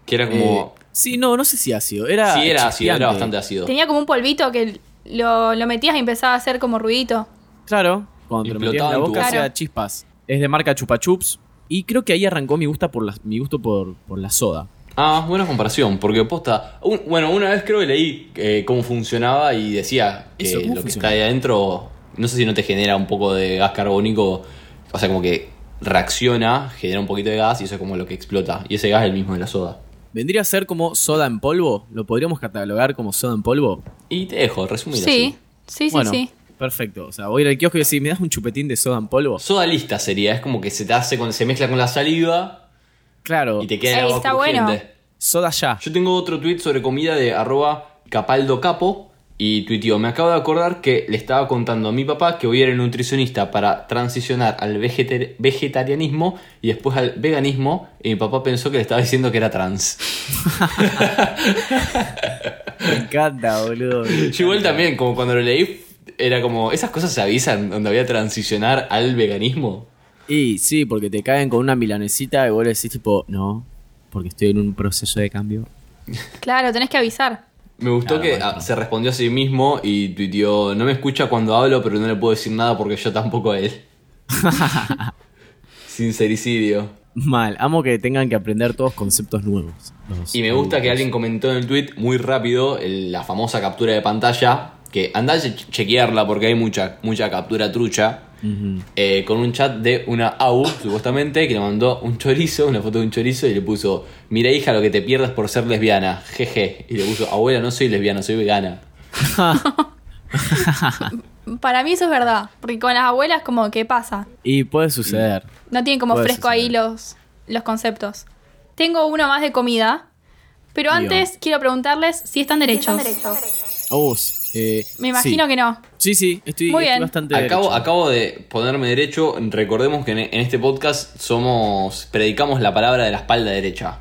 B: Que era como.
C: Eh, sí, no, no sé si ácido. Eh, Era
B: sí, era ácido,
C: chispeante.
B: era bastante ácido.
A: Tenía como un polvito que lo, lo metías y empezaba a hacer como ruidito.
C: Claro, cuando te lo metías en
B: Explotaba
C: la
B: en tu
C: boca
B: boca.
C: hacía
A: Claro.
C: chispas. Es de marca Chupa Chups. Y creo que ahí arrancó mi, gusta por la, mi gusto por, por la soda.
B: Ah, buena comparación, porque posta. un- bueno, una vez creo que leí eh, cómo funcionaba y decía que
C: Eso, ¿cómo
B: lo que
C: funciona?
B: está ahí adentro, no sé si no te genera un poco de gas carbónico, o sea, como que reacciona, genera un poquito de gas y eso es como lo que explota. Y ese gas es el mismo de la soda.
C: ¿Vendría a ser como soda en polvo? ¿Lo podríamos catalogar como soda en polvo?
B: Y te dejo, resumir
A: Sí, sí, sí,
C: bueno,
A: sí.
C: perfecto. O sea, voy a ir al kiosco y decir, ¿me das un chupetín de soda en polvo?
B: así. Soda lista sería, es como que se te hace con, se mezcla con la saliva
C: Claro.
B: y te queda el
A: Ey,
B: agua
A: está
B: crujiente.
A: bueno.
C: Soda ya.
B: Yo tengo otro tweet sobre comida de arroba capaldo capo y tuiteó, me acabo de acordar que le estaba contando a mi papá que voy a ir al nutricionista para transicionar al vegetar- vegetarianismo y después al veganismo y mi papá pensó que le estaba diciendo que era trans. (laughs)
C: Me encanta, boludo.
B: (laughs) Yo igual también, como cuando lo leí, era como, esas cosas se avisan donde voy a transicionar al veganismo.
C: Y sí, porque te caen con una milanecita y vos le decís tipo, no, porque estoy en un proceso de cambio.
A: Claro, tenés que avisar.
B: Me gustó
C: Claro,
B: que
C: bueno.
B: ah, se respondió a sí mismo y tuiteó, no me escucha cuando hablo, pero no le puedo decir nada porque yo tampoco
C: (laughs)
B: a él. Sincericidio.
C: Mal, amo que tengan que aprender todos conceptos nuevos. los
B: Y me gusta que
C: adultos.
B: alguien comentó en el tweet muy rápido el- la famosa captura de pantalla, que andá a che- chequearla porque hay mucha, mucha captura trucha,
C: Ujú.
B: eh, con un chat de una AU, supuestamente, que le mandó un chorizo, una foto de un chorizo, y le puso, mira hija, lo que te pierdes por ser lesbiana, jeje. Y le puso, abuela, no soy lesbiana, soy vegana.
A: Para mí eso es verdad. Porque con las abuelas, como, ¿qué pasa?
C: Y puede suceder.
A: No tienen como
C: Puede
A: fresco ahí
C: suceder.
A: los, los conceptos. Tengo uno más de comida. Pero
C: Digo.
A: antes quiero preguntarles si están derechos.
C: Oh, s- eh,
A: Me imagino
C: sí.
A: que no.
C: Sí, sí, estoy,
A: Muy
C: estoy
A: bien.
C: bastante.
B: Acabo,
C: derecho.
B: acabo de ponerme derecho, recordemos que en, en este podcast somos, predicamos la palabra de la espalda derecha.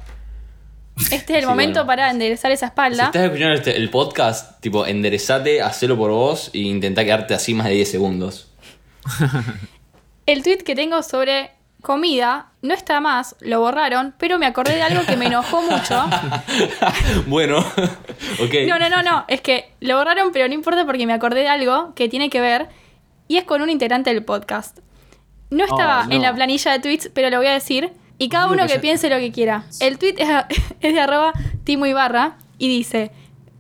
A: Este es el
B: Sí,
A: momento
B: bueno.
A: para enderezar esa espalda.
B: Si estás escuchando este- el podcast, tipo, enderezate, hacelo por vos e intentá quedarte así más de 10 segundos. (laughs)
A: El tweet que tengo sobre comida no está más, lo borraron, pero me acordé de algo que me
C: (laughs)
A: enojó mucho.
B: bueno, (laughs) ok.
A: No, no, no, no, es que lo borraron, pero no importa porque me acordé de algo que tiene que ver y es con un integrante del podcast. No estaba
C: Ah, no.
A: en la planilla de tweets, pero lo voy a decir y cada
C: Creo
A: uno
C: que
A: que
C: ya-
A: piense lo que quiera. El tweet es, (laughs) es de arroba Timo Ibarra y dice,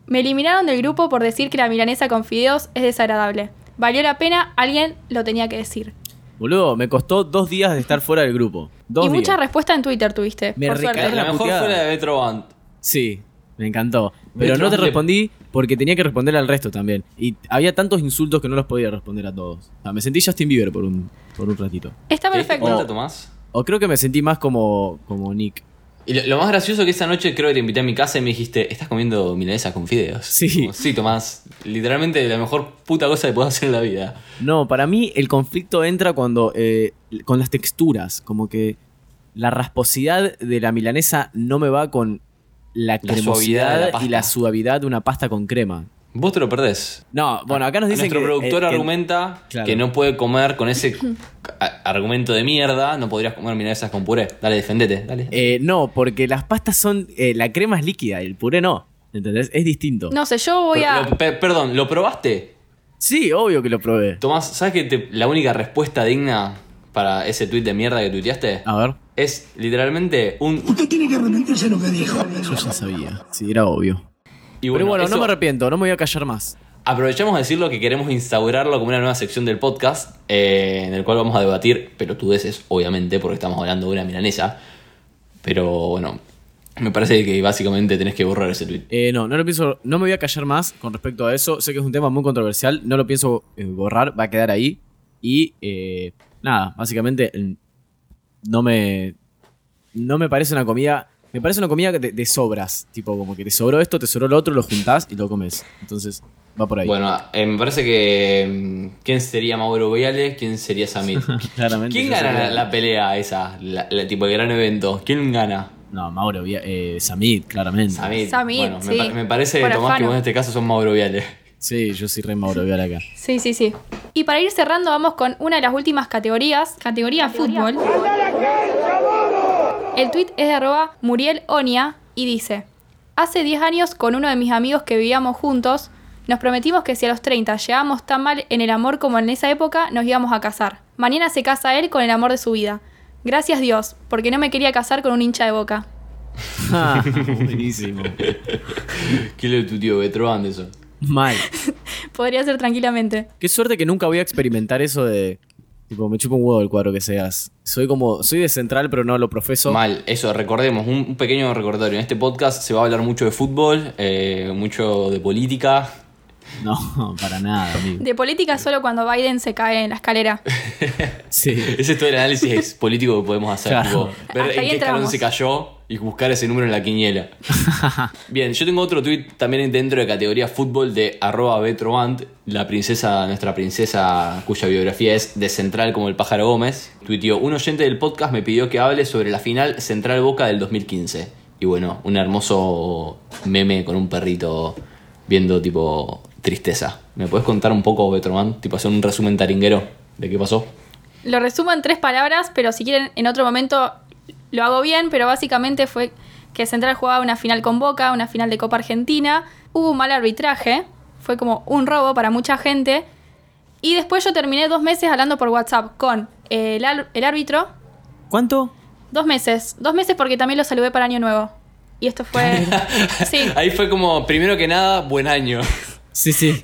A: me eliminaron del grupo por decir que la milanesa con fideos es desagradable. Valió la pena, alguien lo tenía que decir.
C: Boludo, me costó dos días de estar fuera del grupo. Dos
A: y mucha
C: días.
A: respuesta en Twitter tuviste.
C: Me
A: por
C: recae
A: suerte.
B: La
C: La
B: mejor
C: puteada.
B: fue la de Metro Band.
C: Sí, me encantó. Pero
B: Me
C: no te
B: trompe.
C: respondí porque tenía que responder al resto también. Y había tantos insultos que no los podía responder a todos. O sea, me sentí Justin Bieber por un, por un ratito.
A: Está
B: ¿Te diste
A: perfecto.
B: cuenta, Tomás?
C: O creo que me sentí más como, como Nick.
B: Y lo, lo más gracioso que esa noche creo que te invité a mi casa y me dijiste, ¿estás comiendo milanesas con fideos?
C: Sí.
B: Como, sí, Tomás. Literalmente la mejor puta cosa que puedo hacer en la vida.
C: No, para mí el conflicto entra cuando. eh, con las texturas. Como que la rasposidad de la milanesa no me va con
B: La suavidad
C: la
B: de la
C: cremosidad
B: pasta.
C: y la suavidad de una pasta con crema.
B: Vos te lo perdés.
C: No, bueno, acá nos dicen
B: Nuestro
C: que.
B: productor
C: eh, el-
B: argumenta
C: Claro.
B: que no puede comer con ese a- argumento de mierda, no podrías comer milanesas con puré. Dale, defendete, dale.
C: Eh, no, porque las pastas son. eh, la crema es líquida, el puré no. ¿Entendés? Es distinto.
A: No sé, yo voy
B: Pero,
A: a.
B: lo- pe- perdón, ¿lo probaste?
C: Sí, obvio que lo probé.
B: Tomás, ¿sabes que te- la única respuesta digna para ese tweet de mierda que tuiteaste?
C: A ver,
B: Es literalmente un.
E: Usted tiene que arrepentirse de lo que dijo.
C: yo ya sabía. Sí, era obvio.
B: Y
C: Pero bueno,
B: eso-
C: no me arrepiento, no me voy a callar más.
B: Aprovechamos de decirlo que queremos instaurarlo como una nueva sección del podcast, eh, en el cual vamos a debatir pelotudeces, obviamente, porque estamos hablando de una milanesa. Pero bueno, me parece que básicamente tenés que borrar ese tweet.
C: Eh, no, no lo pienso, no me voy a callar más con respecto a eso. Sé que es un tema muy controversial, no lo pienso eh, borrar, va a quedar ahí. Y eh, nada, básicamente mm, no me. No me parece una comida. Me parece una comida de, de sobras. Tipo, como que te sobró esto, te sobró lo otro, lo juntás y lo comes. Entonces, va por ahí.
B: Bueno, eh, me parece que. mm, ¿Quién sería Mauro Viales? ¿Quién sería Samir?
C: (laughs) claramente.
B: ¿Quién
C: yo sé
B: gana
C: que-
B: la, la pelea esa? La, la- tipo el gran evento. ¿Quién gana?
C: No, Mauro, Via- eh, Samit, claramente.
B: Samit.
A: Samit,
B: bueno, me
A: sí.
B: pa- me, parece,
A: Por
B: Tomás, que
A: afano.
B: vos en este caso son Mauro Viale.
C: Sí, yo soy re Mauro Vial acá.
A: Sí, sí, sí. Y para ir cerrando, vamos con una de las últimas categorías, categoría fútbol. El tweet es de arroba Muriel Onia y dice: Hace 10 años, con uno de mis amigos que vivíamos juntos, nos prometimos que si a los 30 llegábamos tan mal en el amor como en esa época, nos íbamos a casar. Mañana se casa él con el amor de su vida. Gracias Dios, porque no me quería casar con un hincha de boca. (laughs)
C: Ah, buenísimo.
B: (laughs) ¿Qué le tu tío Betro Anderson?
C: (laughs) Mal.
A: Podría ser tranquilamente.
C: Qué suerte que nunca voy a experimentar eso de. Tipo, me chupa un huevo el cuadro que seas. Soy como. Soy de central, pero no lo profeso.
B: Mal, eso, recordemos, un, un pequeño recordatorio. En este podcast se va a hablar mucho de fútbol, eh, mucho de política.
C: No, (laughs) para nada, amigo.
A: De política solo cuando Biden se cae en la escalera.
C: Sí.
B: (laughs) Ese es todo el análisis ex- político que podemos hacer.
C: Claro.
B: tipo, ver
A: Hasta
B: en
A: ahí
B: qué escalón
A: entramos.
B: se cayó y buscar ese número en la quiniela. Bien, yo tengo otro tweet también dentro de categoría fútbol de arroba Betrovant, la princesa, nuestra princesa cuya biografía es de Central como el pájaro Gómez. Tuiteó, un oyente del podcast me pidió que hable sobre la final Central Boca del 2015. Y bueno, un hermoso meme con un perrito viendo tipo tristeza. ¿Me puedes contar un poco, Betrovant? Tipo hacer un resumen taringuero de qué pasó.
A: Lo resumo en tres palabras, pero si quieren en otro momento lo hago bien, pero básicamente fue que Central jugaba una final con Boca, una final de Copa Argentina, hubo un mal arbitraje, fue como un robo para mucha gente, y después yo terminé dos meses hablando por WhatsApp con el, al- el árbitro,
C: ¿Cuánto?
A: dos meses, dos meses porque también lo saludé para Año Nuevo. Y esto fue... sí,
B: Ahí fue como, primero que nada, buen año.
C: Sí, sí.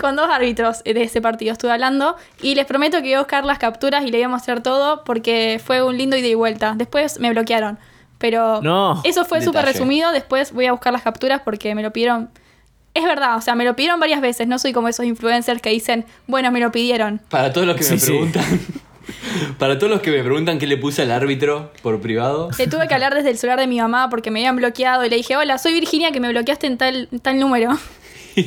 A: con dos árbitros de ese partido estuve hablando y les prometo que voy a buscar las capturas y le voy a mostrar todo porque fue un lindo ida y vuelta. Después me bloquearon, pero
C: No,
A: eso fue súper
B: detalle.
A: resumido. Después voy a buscar las capturas porque me lo pidieron. Es verdad, o sea, me lo pidieron varias veces. No soy como esos influencers que dicen, bueno, me lo pidieron.
B: Para todos los que
C: Sí,
B: me
C: sí.
B: preguntan. Para todos los que me preguntan qué le puse al árbitro por privado.
A: Le tuve que hablar desde el celular de mi mamá porque me habían bloqueado y le dije, hola, soy Virginia que me bloqueaste en tal, tal número. (laughs)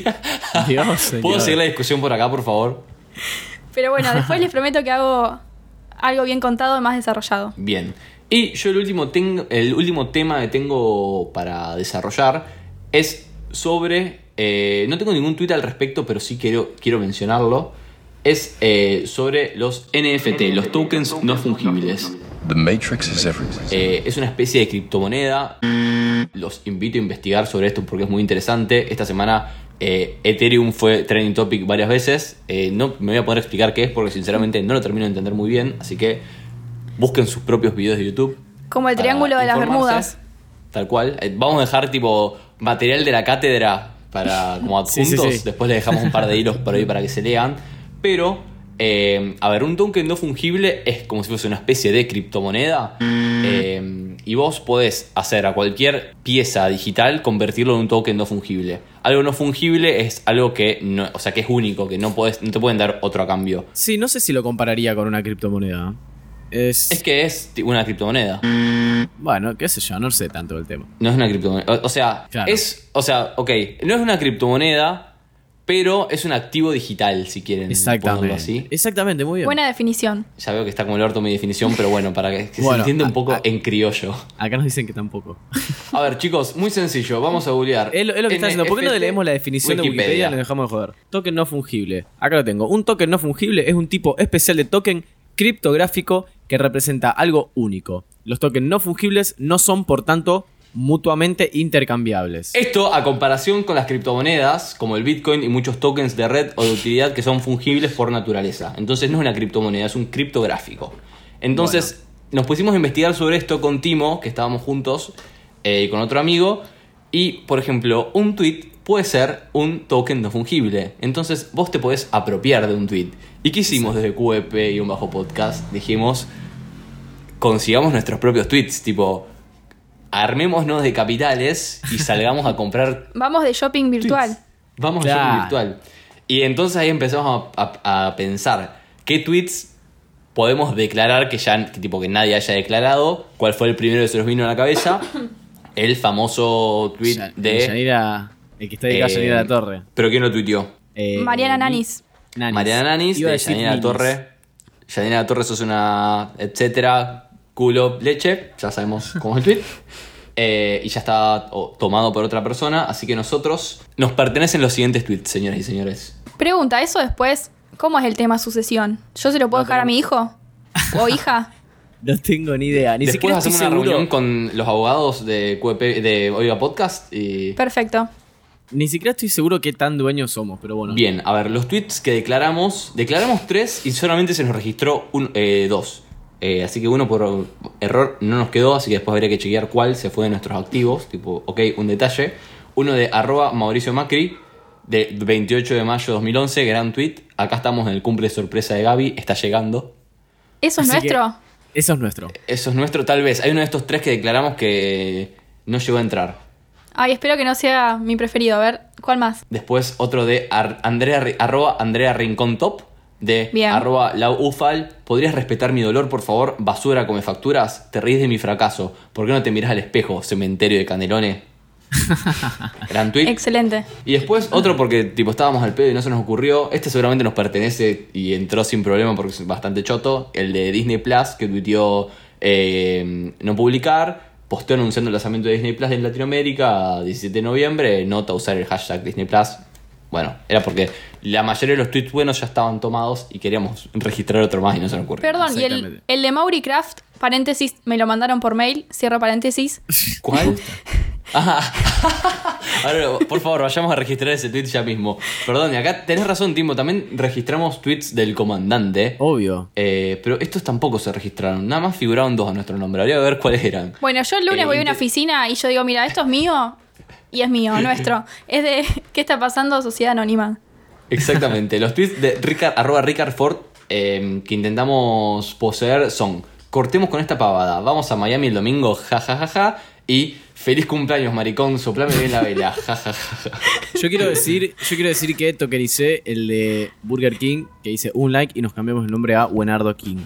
C: Dios,
B: ¿Puedo
C: señor.
B: seguir la discusión por acá, por favor?
A: Pero bueno, después
B: (laughs)
A: les prometo que hago algo bien contado y más desarrollado.
B: Bien. Y yo el último, ten- el último tema que tengo para desarrollar es sobre... eh, no tengo ningún tuit al respecto, pero sí quiero, quiero mencionarlo. Es eh, sobre los NFT, los tokens no fungibles.
F: The Matrix is everywhere.
B: Eh, es una especie de criptomoneda. Los invito a investigar sobre esto porque es muy interesante. Esta semana eh, Ethereum fue trending topic varias veces. Eh, no me voy a poder explicar qué es porque sinceramente no lo termino de entender muy bien. Así que busquen sus propios videos de YouTube.
A: Como el
B: para
A: triángulo de las
B: informarse.
A: Bermudas.
B: Tal cual. Eh, vamos a dejar tipo material de la cátedra
A: (laughs)
B: para como
C: Sí,
B: adjuntos.
C: sí, sí.
B: Después le dejamos un par de hilos por ahí para que se lean. Pero, eh, a ver, un token no fungible es como si fuese una especie de criptomoneda. eh, y vos podés hacer a cualquier pieza digital convertirlo en un token no fungible. Algo no fungible es algo que no, o sea que es único, que no podés, no te pueden dar otro a cambio.
C: Sí, no sé si lo compararía con una criptomoneda. Es,
B: Es que es ti- una criptomoneda.
C: Bueno, qué sé yo, no sé tanto del tema.
B: No es una criptomoneda. O, o sea,
C: Claro.
B: es. O sea, ok, no es una criptomoneda, pero es un activo digital, si quieren ponerlo
C: Exactamente.
B: así.
C: Exactamente, muy bien.
A: Buena definición.
B: Ya veo que está como el orto mi definición, pero bueno, para que, que se
C: Bueno,
B: entienda un
C: a-
B: poco
C: a-
B: en criollo.
C: Acá nos dicen que tampoco.
B: A ver, chicos, muy sencillo, vamos a googlear.
C: Es lo, es lo que está haciendo. ¿Por qué no
B: NFT
C: le leemos la definición de Wikipedia y nos dejamos de joder? Token no fungible. Acá lo tengo. Un token no fungible es un tipo especial de token criptográfico que representa algo único. Los tokens no fungibles no son, por tanto, mutuamente intercambiables.
B: Esto a comparación con las criptomonedas, como el Bitcoin y muchos tokens de red o de utilidad que son fungibles por naturaleza. Entonces no es una criptomoneda, es un criptográfico. Entonces nos pusimos a investigar sobre esto con Timo, que estábamos juntos, eh, y con otro amigo. Y, por ejemplo, un tweet puede ser un token no fungible. Entonces vos te podés apropiar de un tweet. ¿Y qué hicimos desde QEP y un bajo podcast? Dijimos, consigamos nuestros propios tweets, tipo... Armémonos de capitales
C: (laughs)
B: y salgamos a comprar
A: Vamos de shopping virtual.
B: Vamos
C: Claro.
B: a shopping virtual. Y entonces ahí empezamos a, a- a pensar qué tweets podemos declarar que ya que tipo que nadie haya declarado, cuál fue el primero que se nos vino a la
C: (coughs)
B: cabeza, el famoso tweet
C: Ya-
B: de
C: Yanira- el que está dedicado
B: eh,
C: a Yanira Torre.
B: Pero quién lo tuiteó?
C: Eh,
A: Mariana
C: Ni-
A: Nanis.
C: Nanis.
B: Mariana Nanis
C: Iba a
B: de
C: decir
B: Yanina
C: Ninis.
B: Torre. Yanina Torres es una etcétera culo, leche, ya sabemos cómo
C: (laughs)
B: es el tweet. Eh, y ya está o, tomado por otra persona, así que nosotros nos pertenecen los siguientes tweets, señoras y señores.
A: Pregunta, eso después, ¿cómo es el tema sucesión? ¿Yo se lo puedo dejar a mi hijo? ¿O
C: (laughs)
A: hija?
C: No tengo ni idea. Ni
B: Después
C: siquiera estoy
B: hacemos una
C: seguro.
B: reunión con los abogados de, QEP de Oiga Podcast y...
A: Perfecto.
C: Ni siquiera estoy seguro qué tan dueños somos, pero bueno.
B: Bien, a ver, los tweets que declaramos, declaramos tres y solamente se nos registró un, eh, dos. Eh, así que uno por error no nos quedó, así que después habría que chequear cuál se fue de nuestros activos. Tipo, ok, un detalle. Uno de arroba Mauricio Macri, de 28 de mayo de 2011, gran tweet. Acá estamos en el cumple sorpresa de Gaby, está llegando.
A: ¿Eso es
C: Así que-
A: nuestro?
C: Eso es nuestro.
B: Eso es nuestro, tal vez. Hay uno de estos tres que declaramos que no llegó a entrar.
A: Ay, espero que no sea mi preferido. A ver, ¿cuál más?
B: Después otro de ar- Andrea, Ri- arroba Andrea Rincón Top, de
A: Bien.
B: arroba Lau Ufal. ¿Podrías respetar mi dolor, por favor? Basura come facturas. Te ríes de mi fracaso. ¿Por qué no te miras al espejo, cementerio de canelones? Gran tweet.
A: Excelente.
B: y después otro porque tipo estábamos al pedo y no se nos ocurrió. Este seguramente nos pertenece y entró sin problema porque es bastante choto. El de Disney Plus que tuiteó eh, no publicar. Posteó anunciando el lanzamiento de Disney Plus en Latinoamérica 17 de noviembre. Nota usar el hashtag Disney Plus. Bueno, era porque la mayoría de los tweets buenos ya estaban tomados y queríamos registrar otro más y no se nos ocurrió.
A: Perdón, y el,
C: Exactamente.
A: el de Mauri Craft, paréntesis, me lo mandaron por mail, cierro
C: (laughs)
A: paréntesis.
B: ¿Cuál? (laughs) Ah, ahora, por favor, vayamos a registrar ese tweet ya mismo. Perdón, y acá tenés razón, Timo. También registramos tweets del comandante.
C: Obvio.
B: Eh, pero estos tampoco se registraron. Nada más figuraron dos a nuestro nombre. Habría que ver cuáles eran.
A: Bueno, yo el lunes
B: Eh,
A: voy a una
B: inte-
A: oficina y yo digo, mira, esto es mío y es mío,
C: (laughs)
A: nuestro. Es de ¿qué está pasando Sociedad Anónima?
B: (laughs) Exactamente. Los tweets de Ricard, arroba Ricard Ford eh, que intentamos poseer son: cortemos con esta pavada, vamos a Miami el domingo, jajajaja. y feliz cumpleaños, maricón, soplame bien la vela, (laughs) jajajaja.
C: Yo quiero decir, yo quiero decir que tokericé el de Burger King, que dice un like y nos cambiamos el nombre a Buenardo King.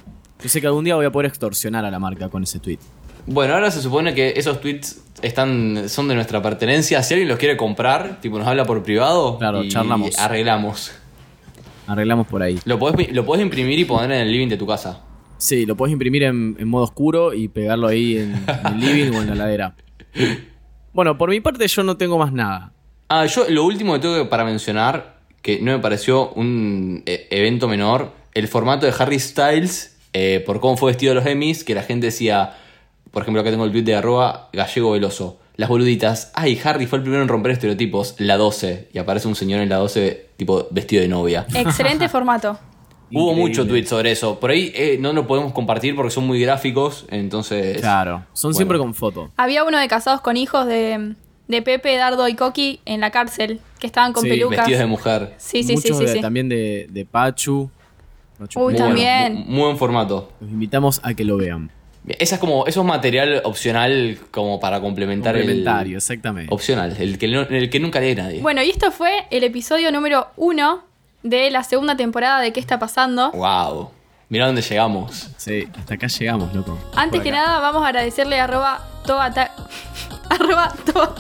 C: Yo sé que algún día voy a poder extorsionar a la marca con ese tweet.
B: Bueno, ahora se supone que esos tweets están, son de nuestra pertenencia. Si alguien los quiere comprar, tipo nos habla por privado,
C: Claro,
B: y
C: charlamos.
B: arreglamos.
C: Arreglamos por ahí.
B: Lo podés, lo podés imprimir y poner en el living de tu casa.
C: Sí, lo podés imprimir en, en modo oscuro y pegarlo ahí en, en el living o en la ladera. Bueno, por mi parte yo no tengo más nada.
B: Ah, yo lo último que tengo que- para mencionar, que no me pareció un eh, evento menor, el formato de Harry Styles, eh, por cómo fue vestido a los Emmys, que la gente decía, por ejemplo, acá tengo el tweet de arroba gallego veloso, las boluditas, ay, Harry fue el primero en romper estereotipos, la 12, y aparece un señor en la 12, tipo, vestido de novia.
C: (laughs)
A: Excelente formato.
B: Hubo
C: Increíble.
B: mucho tweet sobre eso. Por ahí eh, no lo podemos compartir porque son muy gráficos, entonces.
C: Claro, son
B: Bueno.
C: siempre con foto.
A: Había uno de casados con hijos de, de Pepe, Dardo y Coqui en la cárcel, que estaban con
C: Sí,
A: pelucas.
B: Vestidos de mujer.
A: Sí, sí, sí,
C: Muchos
A: sí,
C: de-
A: sí.
C: también de, de Pachu. Pachu
A: Uy,
C: Pérez.
B: Muy bueno,
A: también.
B: mu- muy buen formato.
C: Los invitamos a que lo vean.
B: Esa es como, eso es material opcional como para complementar el-
C: Complementario, exactamente.
B: Opcional, el que, no- el que nunca lee nadie.
A: Bueno, y esto fue el episodio número uno de la segunda temporada de ¿Qué está pasando?
B: Wow. Mirá dónde llegamos.
C: Sí, hasta acá llegamos, loco.
A: Antes
C: Por
A: que
C: acá.
A: nada, vamos a agradecerle a arroba toata. (laughs) arroba to-